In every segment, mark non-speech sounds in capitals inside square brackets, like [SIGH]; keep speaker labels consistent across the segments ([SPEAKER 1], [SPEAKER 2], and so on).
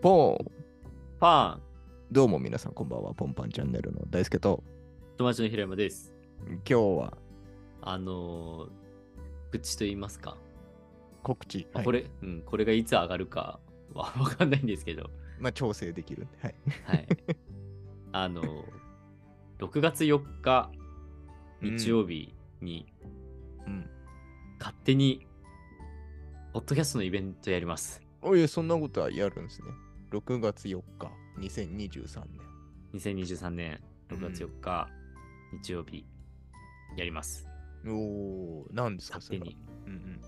[SPEAKER 1] ポン
[SPEAKER 2] ファン、
[SPEAKER 1] どうも皆さんこんばんは、ポンパンチャンネルの大輔と、
[SPEAKER 2] 友達の平山です。
[SPEAKER 1] 今日は
[SPEAKER 2] あのー、口と言いますか。
[SPEAKER 1] 告知、
[SPEAKER 2] まあ
[SPEAKER 1] はい
[SPEAKER 2] これ、うん、これがいつ上がるかは [LAUGHS] わかんないんですけど、
[SPEAKER 1] まあ、調整できるんで、はい、
[SPEAKER 2] はい。あのー、6月4日、 [LAUGHS] 日曜日に、
[SPEAKER 1] うん
[SPEAKER 2] 勝手に、ポッドキャストのイベントやります。
[SPEAKER 1] おいえ、そんなことはやるんですね。6月4日、2023年。
[SPEAKER 2] 2023年6月
[SPEAKER 1] うん
[SPEAKER 2] 4日、日曜日、やります。
[SPEAKER 1] おー、なんですか、そ
[SPEAKER 2] 勝手
[SPEAKER 1] れは。
[SPEAKER 2] に。
[SPEAKER 1] うんうん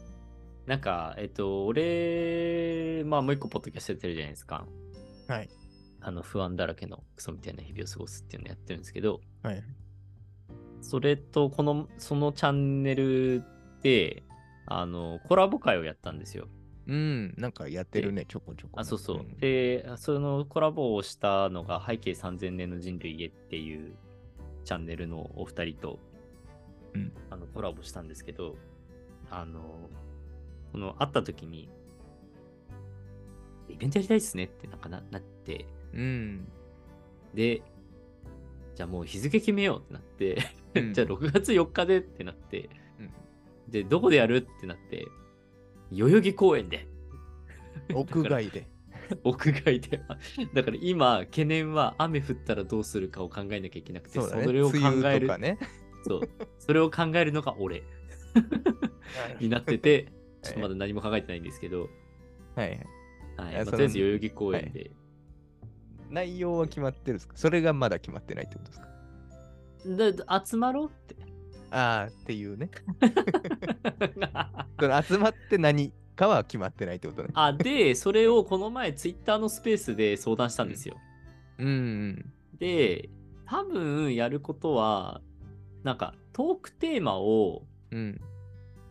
[SPEAKER 2] なんか、えっと、俺、まあもう一個ポッドキャストやってるじゃないですか。
[SPEAKER 1] はい。
[SPEAKER 2] あの、不安だらけのクソみたいな日々を過ごすっていうのやってるんですけど、
[SPEAKER 1] はい。
[SPEAKER 2] それと、この、そのチャンネルで、あの、コラボ会をやったんですよ。
[SPEAKER 1] うん、なんかやってるね、ちょこちょこね。
[SPEAKER 2] あ、そうそう。
[SPEAKER 1] ん
[SPEAKER 2] で、そのコラボをしたのが、背景3000年の人類へっていうチャンネルのお二人と、
[SPEAKER 1] うん
[SPEAKER 2] あのコラボしたんですけど、あの、この会った時に、イベントやりたいですねってなんかななって、
[SPEAKER 1] うん。
[SPEAKER 2] で、じゃあもう日付決めようってなって、
[SPEAKER 1] うん
[SPEAKER 2] [LAUGHS] じゃあ6月4日でってなって、
[SPEAKER 1] うん
[SPEAKER 2] で、どこでやるってなって、代々木公園で
[SPEAKER 1] 屋外で。
[SPEAKER 2] 屋外では [LAUGHS] だから今懸念は雨降ったらどうするかを考えなきゃいけなくてそ,、
[SPEAKER 1] だね
[SPEAKER 2] れを考
[SPEAKER 1] 梅
[SPEAKER 2] え
[SPEAKER 1] 雨と
[SPEAKER 2] る
[SPEAKER 1] かね。
[SPEAKER 2] そうそれを考えるのが俺になっ
[SPEAKER 1] [LAUGHS]
[SPEAKER 2] ててちょっとまだ何も考えてないんですけど、
[SPEAKER 1] はいはい。
[SPEAKER 2] はい
[SPEAKER 1] い
[SPEAKER 2] まあ
[SPEAKER 1] や
[SPEAKER 2] と
[SPEAKER 1] その
[SPEAKER 2] りあえず代々木公園で、
[SPEAKER 1] 内容は決まってるんですかそれがまだ決まってないってことですか
[SPEAKER 2] で集まろうって [LAUGHS]
[SPEAKER 1] ああ、っていうね。その集まって何かは決まってないってことね。
[SPEAKER 2] あでそれをこの前ツイッターのスペースで相談したんですよ、
[SPEAKER 1] うんうん。
[SPEAKER 2] で多分やることはなんかトークテーマを
[SPEAKER 1] うん。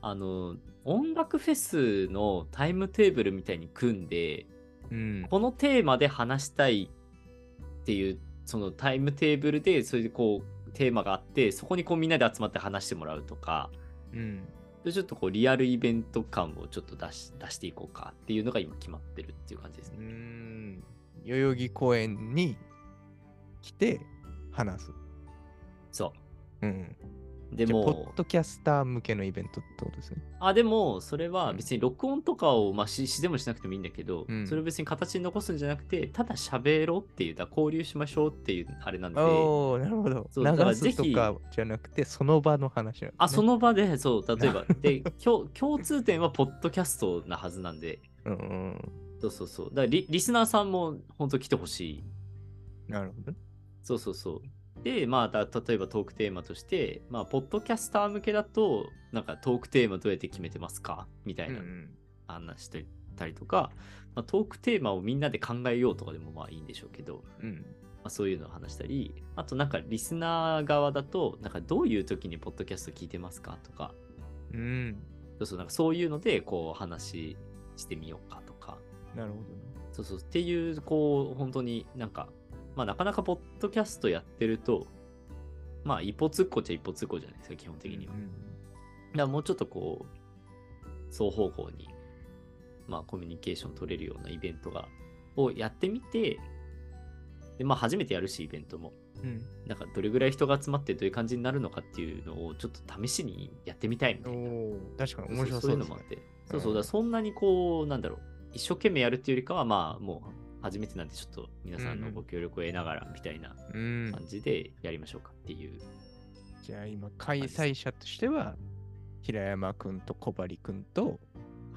[SPEAKER 2] あの音楽フェスのタイムテーブルみたいに組んで
[SPEAKER 1] うん。
[SPEAKER 2] このテーマで話したいっていうそのタイムテーブルでそれでこうテーマがあってそこにこうみんなで集まって話してもらうとか
[SPEAKER 1] うん。
[SPEAKER 2] でちょっとこうリアルイベント感をちょっと出し出していこうかっていうのが今決まってるっていう感じです
[SPEAKER 1] う
[SPEAKER 2] ね。
[SPEAKER 1] ん。代々木公園に来て話す。
[SPEAKER 2] そ
[SPEAKER 1] うん。
[SPEAKER 2] うで
[SPEAKER 1] じゃあポッ
[SPEAKER 2] も
[SPEAKER 1] ドキャスター向けのイベントってことですね。
[SPEAKER 2] あでもそれは別に録音とかを、まあ、ししでもしなくてもいいんだけど、
[SPEAKER 1] うん
[SPEAKER 2] それを別に形に残すんじゃなくてただ喋ろうっていうだから交流しましょうっていうあれなんで。
[SPEAKER 1] おおなるほど。
[SPEAKER 2] そうだから
[SPEAKER 1] 流
[SPEAKER 2] ぜ
[SPEAKER 1] す
[SPEAKER 2] ひ
[SPEAKER 1] とかじゃなくて、その場の話なんですね
[SPEAKER 2] あ、そ。の場で、そう、例え
[SPEAKER 1] [LAUGHS]
[SPEAKER 2] ば、で、共共通点はポッドキャストなはずなんで、
[SPEAKER 1] うんうん。
[SPEAKER 2] そうそうそう。だからリ、リスナーさんも本当来てほしい。
[SPEAKER 1] なるほどね。
[SPEAKER 2] そうそうそう。で、まあ、だ例えばトークテーマとして、まあ、ポッドキャスター向けだと、なんかトークテーマどうやって決めてますかみたいな話してたりとか、まあ、トークテーマをみんなで考えようとかでもまあいいんでしょうけど、
[SPEAKER 1] うんうん。
[SPEAKER 2] まあ、そういうのを話したり、あとなんかリスナー側だと、なんかどういう時にポッドキャスト聞いてますかとか、
[SPEAKER 1] うん。
[SPEAKER 2] そうそう、なんかそういうので、こう、話してみようかとか、
[SPEAKER 1] なるほ
[SPEAKER 2] そうそう、っていう、こう、本当になんか、まあ、なかなかポッドキャストやってると、まあ、一歩通行っちゃ一歩通行じゃないですか、基本
[SPEAKER 1] ど
[SPEAKER 2] 的
[SPEAKER 1] な。
[SPEAKER 2] には。
[SPEAKER 1] う
[SPEAKER 2] だか
[SPEAKER 1] ん
[SPEAKER 2] らもうちょっとこう、双方向に、まあ、コミュニケーション取れるようなイベントが、をやってみて、で、まあ、初めてやるし、イベントも。
[SPEAKER 1] うん。
[SPEAKER 2] なんか、どれぐらい人が集まってどういう感じになるのかっていうのを、ちょっと試しにやってみたいみたいな。
[SPEAKER 1] おお確かに
[SPEAKER 2] そ
[SPEAKER 1] 面
[SPEAKER 2] う
[SPEAKER 1] 白
[SPEAKER 2] そう
[SPEAKER 1] そ
[SPEAKER 2] いう
[SPEAKER 1] で
[SPEAKER 2] うの
[SPEAKER 1] す
[SPEAKER 2] も
[SPEAKER 1] ね
[SPEAKER 2] あっ。て。そうそう
[SPEAKER 1] ん
[SPEAKER 2] う、だからそんなにこう、なんだろう、一生懸命やるっていうよりかは、まあ、もう初めてなんで、ちょっと皆さん
[SPEAKER 1] うんう
[SPEAKER 2] の
[SPEAKER 1] ん
[SPEAKER 2] ご協力を得ながらみたいな
[SPEAKER 1] うん。
[SPEAKER 2] 感じでやりましょうかっていう。
[SPEAKER 1] じゃあ今開催者としては平山くんと小針くんと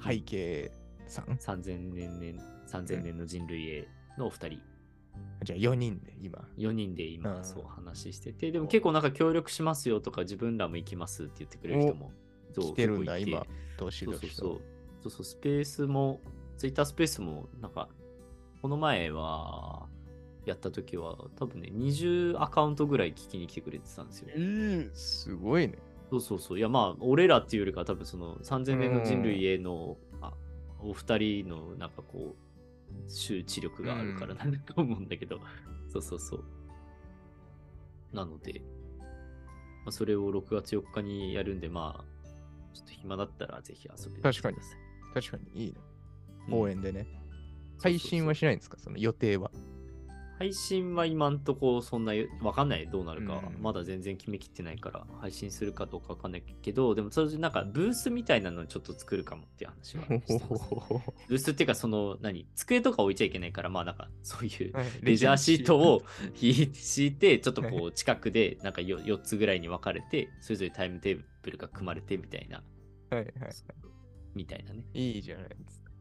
[SPEAKER 1] 背景さん、
[SPEAKER 2] 3000年年、3000年の人類へのお二人、
[SPEAKER 1] じゃあ4人で今
[SPEAKER 2] 4人で今、
[SPEAKER 1] うん
[SPEAKER 2] そう話してて、でも結構なんか協力しますよとか、自分らも行きますって言ってくれる人も、そ
[SPEAKER 1] 来
[SPEAKER 2] う
[SPEAKER 1] てるんだ
[SPEAKER 2] 結構い
[SPEAKER 1] 今どうし
[SPEAKER 2] そ
[SPEAKER 1] どう
[SPEAKER 2] うそう
[SPEAKER 1] し
[SPEAKER 2] そ
[SPEAKER 1] と
[SPEAKER 2] う。そうそう、スペースも、ツイッタースペースも、なんか、この前は、やった時は、多分ね、20アカウントぐらい聞きに来てくれてたんですよ。
[SPEAKER 1] えー、すごいね
[SPEAKER 2] そうそうそう。いや、まあ、俺らっていうよりかは、多分その3000年の人類への、あお二人の、なんかこう、周知力があるから
[SPEAKER 1] うん
[SPEAKER 2] なんだと思うんだけど、そうそうそう。なので、まあ、それを6月4日にやるんで、まあ、ちょっと暇だったらぜひ遊びに来てください。
[SPEAKER 1] 確かにいいね公園でね、
[SPEAKER 2] そう
[SPEAKER 1] 配信はしないんですかその予定は。
[SPEAKER 2] 配信は今んとこそんなわかんないどうなるか、
[SPEAKER 1] うん
[SPEAKER 2] まだ全然決めきってないから配信するかどうかわかんないけどでもそれでなんかブースみたいなのちょっと作るかもっていう話はしてますブースっていうかその何机とか置いちゃいけないからまあなんかそういう
[SPEAKER 1] はい
[SPEAKER 2] [LAUGHS] レジャーシートを
[SPEAKER 1] レ
[SPEAKER 2] ひ敷いてちょっとこう近くでなんか 4, 4つぐらいに分かれてそれぞれタイムテーブルが組まれてみたいな
[SPEAKER 1] ジャーシート。はいは
[SPEAKER 2] みたいなね
[SPEAKER 1] い。いいじゃないですか。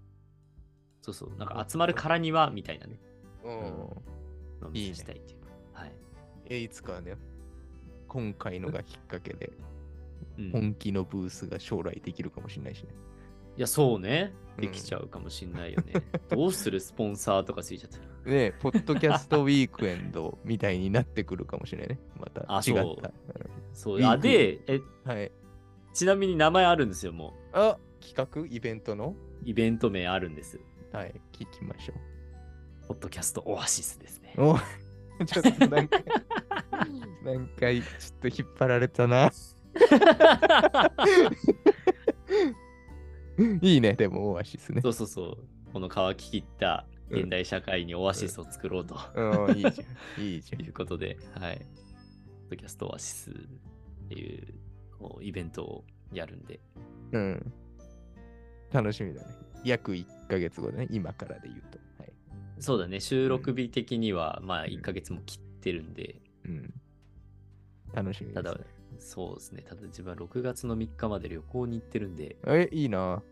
[SPEAKER 2] そうそうなんか集まるからにはみたいなね
[SPEAKER 1] うん。
[SPEAKER 2] のを目指したいっていうはい
[SPEAKER 1] え、いつかね、今回のがきっかけで、
[SPEAKER 2] うん
[SPEAKER 1] 本気のブースが将来できるかもしれないしね。
[SPEAKER 2] いや、そうね。
[SPEAKER 1] うん
[SPEAKER 2] できちゃうかもしんないよ
[SPEAKER 1] [LAUGHS]
[SPEAKER 2] ね。どうするスポンサーとかついちゃったら。
[SPEAKER 1] ねえポッドキャストウィークエンドみたいになってくるかもしれないね。また
[SPEAKER 2] あ
[SPEAKER 1] 違
[SPEAKER 2] そ
[SPEAKER 1] っ
[SPEAKER 2] う
[SPEAKER 1] た。
[SPEAKER 2] そ。
[SPEAKER 1] いうい
[SPEAKER 2] あ、で、え、
[SPEAKER 1] うんはい。
[SPEAKER 2] ちなみに名前あるんですよ、も
[SPEAKER 1] あ企画イベントの
[SPEAKER 2] う。イベント名あるんです。
[SPEAKER 1] はい、聞きましょ
[SPEAKER 2] ポッドキャストオアシスですね。
[SPEAKER 1] う。おちょっとなんか、なんかちょっと引っ張られたな。 [LAUGHS] いいね、でもオアシスね
[SPEAKER 2] [LAUGHS] そ。うそうそう。この乾ききった現代社会にオアシスを作ろうと、
[SPEAKER 1] うん、いいじゃん。いいじゃ
[SPEAKER 2] いうことで、はい。ポッドキャストオアシスっていうこうイベントをやるんで。
[SPEAKER 1] ん。うん。楽しみだね。約1ヶ月後だね、今からで言うと。はい。
[SPEAKER 2] そうだね、収録日的には、まあ1ヶ月も切ってるんで、
[SPEAKER 1] うん。楽しみです、
[SPEAKER 2] ただ
[SPEAKER 1] ね。
[SPEAKER 2] そうですね。ただ自分は6月の3日まで旅行に行ってるんで、 [LAUGHS]
[SPEAKER 1] え、いいな。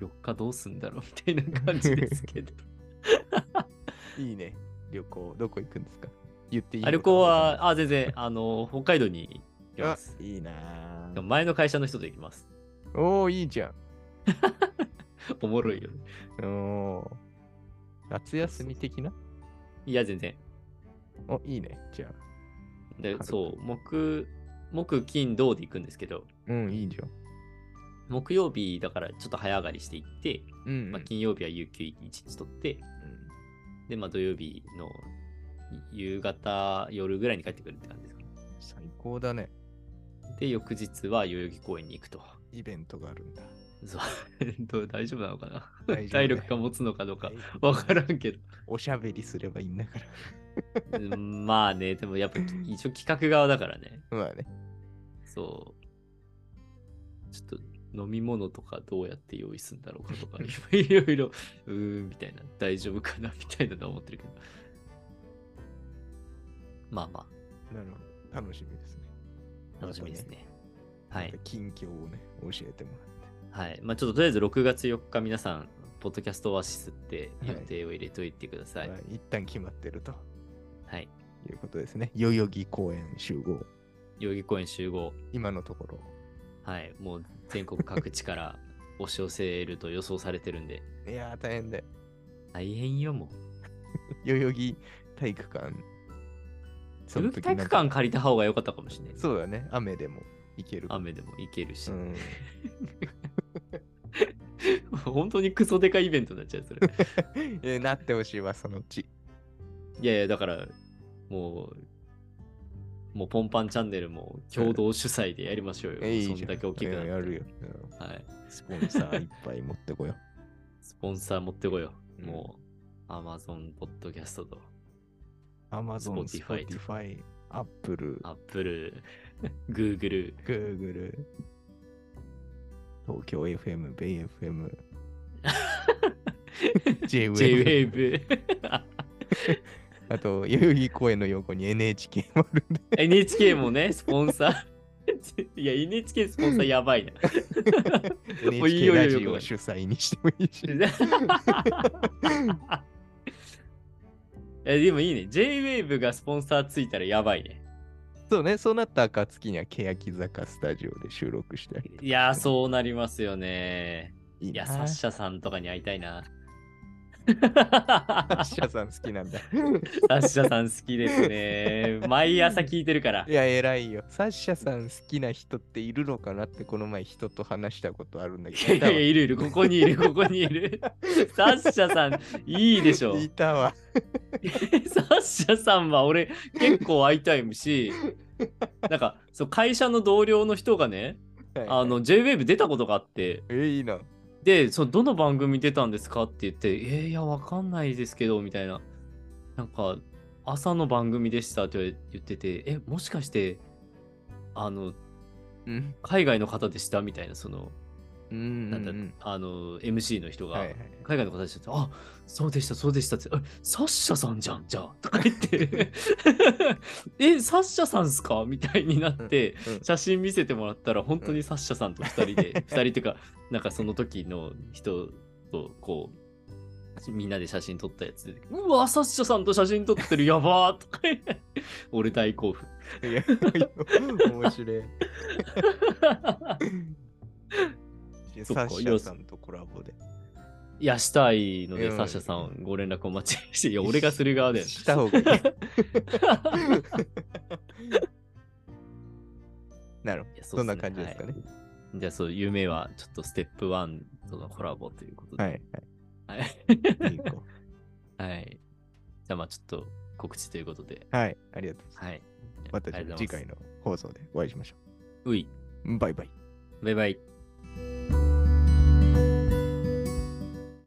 [SPEAKER 2] 4日どうすんだろうみ [LAUGHS] たいな感じですけど。
[SPEAKER 1] いいね。旅行、どこ行くんですか言っていい
[SPEAKER 2] あ旅行、は、あ、全然、あの、北海道に行き
[SPEAKER 1] あ
[SPEAKER 2] ます。
[SPEAKER 1] いいな。
[SPEAKER 2] 前の会社の人と行きます。 [LAUGHS]
[SPEAKER 1] おお、いいじゃ
[SPEAKER 2] おもろいよ。
[SPEAKER 1] ん。おー夏休み的ない
[SPEAKER 2] や、全然。
[SPEAKER 1] お、いいね。じゃあ。
[SPEAKER 2] で
[SPEAKER 1] 軽く
[SPEAKER 2] そう、木、木、金、土で行くんですけど、
[SPEAKER 1] うん、いいじゃん。
[SPEAKER 2] 木曜日だからちょっと早上がりして行って、
[SPEAKER 1] うん、うん
[SPEAKER 2] まあ、金曜日は有給1日取って、で、まあ、土曜日の夕方、夜ぐらいに帰ってくるって感じですかね。
[SPEAKER 1] 最高だね。
[SPEAKER 2] で、翌日は代々木公園に行くと。
[SPEAKER 1] イベントがあるんだ。
[SPEAKER 2] そうどう大丈夫なのかな
[SPEAKER 1] 大丈夫だよ
[SPEAKER 2] [LAUGHS] 体力が持つのかどうか
[SPEAKER 1] 大丈夫
[SPEAKER 2] わから
[SPEAKER 1] [LAUGHS]
[SPEAKER 2] んけど。
[SPEAKER 1] おしゃべりすればいいんだから。
[SPEAKER 2] うんまあね、でもやっぱ一応企画側だからね。
[SPEAKER 1] [LAUGHS] まあね。
[SPEAKER 2] そう。ちょっと飲み物とかどうやって用意するんだろうか
[SPEAKER 1] [LAUGHS]
[SPEAKER 2] とか、いろいろ、うーんみたいな、大丈夫かなみたいなのは思ってるけど。まあま
[SPEAKER 1] なるほど。楽しみですね。
[SPEAKER 2] あ、楽しみですね。
[SPEAKER 1] ま
[SPEAKER 2] は
[SPEAKER 1] た
[SPEAKER 2] い。
[SPEAKER 1] 近況をね、教えても
[SPEAKER 2] はい。まあちょっととりあえず6月4日皆さん、ポッドキャストオアシスって予定を入れといてくださ
[SPEAKER 1] らっ
[SPEAKER 2] い
[SPEAKER 1] て。。はい、一旦決まってると
[SPEAKER 2] はい
[SPEAKER 1] いうことですね。代々木公園集合。
[SPEAKER 2] 代々木公園集合、
[SPEAKER 1] 今のところ。
[SPEAKER 2] はい、もう全国各地から押し寄せると予想されてるんで、
[SPEAKER 1] いやー、大変だよ。
[SPEAKER 2] 大変よ、も
[SPEAKER 1] 代々木体育館。
[SPEAKER 2] う。
[SPEAKER 1] そ
[SPEAKER 2] 古
[SPEAKER 1] の
[SPEAKER 2] 木
[SPEAKER 1] 時な
[SPEAKER 2] 体
[SPEAKER 1] ん
[SPEAKER 2] 育
[SPEAKER 1] か
[SPEAKER 2] 館借りた方が良かったかもしれない。
[SPEAKER 1] そうだね。雨でも行ける。
[SPEAKER 2] 雨でも行けるし、
[SPEAKER 1] うん。
[SPEAKER 2] [LAUGHS] 本当にクソデカイベントになっちゃう、それ。
[SPEAKER 1] え [LAUGHS] なってほしいわ、そのうち。
[SPEAKER 2] いやいや、だから、もう、もうポンパンチャンネルも共同主催でやりましょうよ。
[SPEAKER 1] えいいじゃ
[SPEAKER 2] そんだけ大きく
[SPEAKER 1] う
[SPEAKER 2] なっ
[SPEAKER 1] ん
[SPEAKER 2] て、
[SPEAKER 1] やるよ。うん
[SPEAKER 2] はい。
[SPEAKER 1] スポンサーいっぱい持ってこよ
[SPEAKER 2] スポンサー持ってこよう。
[SPEAKER 1] うん
[SPEAKER 2] もう、Amazon ポッドキャストと、 [LAUGHS]
[SPEAKER 1] う。Amazon、
[SPEAKER 2] Spotify
[SPEAKER 1] Spotify、Apple、 [LAUGHS]
[SPEAKER 2] Apple、Google、
[SPEAKER 1] Google、東京 FM、Bay FM、JWave、
[SPEAKER 2] JWave。
[SPEAKER 1] あと、代々木公園の横に NHK もあるんで、
[SPEAKER 2] NHK もね、スポンサー。いや、NHK スポンサーやばいな。 [LAUGHS] もうい
[SPEAKER 1] NHK
[SPEAKER 2] いよ
[SPEAKER 1] ラジ
[SPEAKER 2] よ
[SPEAKER 1] オ
[SPEAKER 2] く
[SPEAKER 1] を
[SPEAKER 2] ない
[SPEAKER 1] 主催にしてもいいし。
[SPEAKER 2] えでもいいね。JWAVE がスポンサーついたらやばいね。
[SPEAKER 1] そうね、そうなった暁には欅坂スタジオで収録したり。
[SPEAKER 2] いやー、そうなりますよね。
[SPEAKER 1] いい
[SPEAKER 2] いや、
[SPEAKER 1] な。
[SPEAKER 2] サッシャさんとかに会いたいな。 [LAUGHS]
[SPEAKER 1] サッシャさん好きなんだ。 [LAUGHS]
[SPEAKER 2] サッシャさん好きですね。毎朝聞いてるから
[SPEAKER 1] い。や、偉いよ。サッシャさん好きな人っているのかなって、この前人と話したことあるんだけど。
[SPEAKER 2] いやいや、いるいる、ここにいる、ここにいる。サッシャさん、いいでしょ。
[SPEAKER 1] いたわ。
[SPEAKER 2] [LAUGHS] サッシャさんは俺、結構会いたいし、なんか、そう会社の同僚の人がね、
[SPEAKER 1] はい
[SPEAKER 2] あの、JWAVE 出たことがあって、
[SPEAKER 1] え、いいな。
[SPEAKER 2] で、そうどの番組出たんですかって言って、えーいや、わかんないですけど、みたいな。なんか、朝の番組でしたって言ってて、え、もしかして、あの、
[SPEAKER 1] うん。
[SPEAKER 2] 海外の方でしたみたいな、その、
[SPEAKER 1] うん。
[SPEAKER 2] なんだ、あの、MC の人が、
[SPEAKER 1] はいはい。
[SPEAKER 2] 海外の方でしたって、あ、そうでした、そうでしたって、え、サッシャさんじゃん、じゃあ、とか
[SPEAKER 1] [LAUGHS]
[SPEAKER 2] 言って、え、サッシャさんっすかみたいになって、
[SPEAKER 1] うんうん
[SPEAKER 2] 写真見せてもらったら、本当にサッシャさんと2人で、2人
[SPEAKER 1] [LAUGHS]
[SPEAKER 2] っていうか、なんかその時の人と、こう、みんなで写真撮ったやつで、うわ、サッシャさんと写真撮ってる、やばーとか言って、俺大興奮。
[SPEAKER 1] いや、面白い。いや
[SPEAKER 2] [LAUGHS]
[SPEAKER 1] サ
[SPEAKER 2] そっか
[SPEAKER 1] ッシャさんとコラボで。
[SPEAKER 2] いや、したいので、
[SPEAKER 1] うん
[SPEAKER 2] サッシャさん、ご連絡お待ちして、いや、俺がする側だよ
[SPEAKER 1] [LAUGHS]
[SPEAKER 2] ね。
[SPEAKER 1] した方がいい。なるほど。
[SPEAKER 2] いやそう
[SPEAKER 1] どんな
[SPEAKER 2] っすね
[SPEAKER 1] 感じですかね。
[SPEAKER 2] はいじゃあ、そう、夢は、ちょっとステップ1とのコラボということで。。
[SPEAKER 1] はいい。
[SPEAKER 2] はい。 [LAUGHS]
[SPEAKER 1] はい。いい子
[SPEAKER 2] はい、じゃあ、まあ、ちょっと告知ということで。
[SPEAKER 1] はい。ありがとう
[SPEAKER 2] [LAUGHS]
[SPEAKER 1] ございます。
[SPEAKER 2] はい。
[SPEAKER 1] また
[SPEAKER 2] ありがとうござい
[SPEAKER 1] 次回
[SPEAKER 2] ます
[SPEAKER 1] の放送でお会いしましょ
[SPEAKER 2] うい。
[SPEAKER 1] う。バイバイ。
[SPEAKER 2] バイバイ。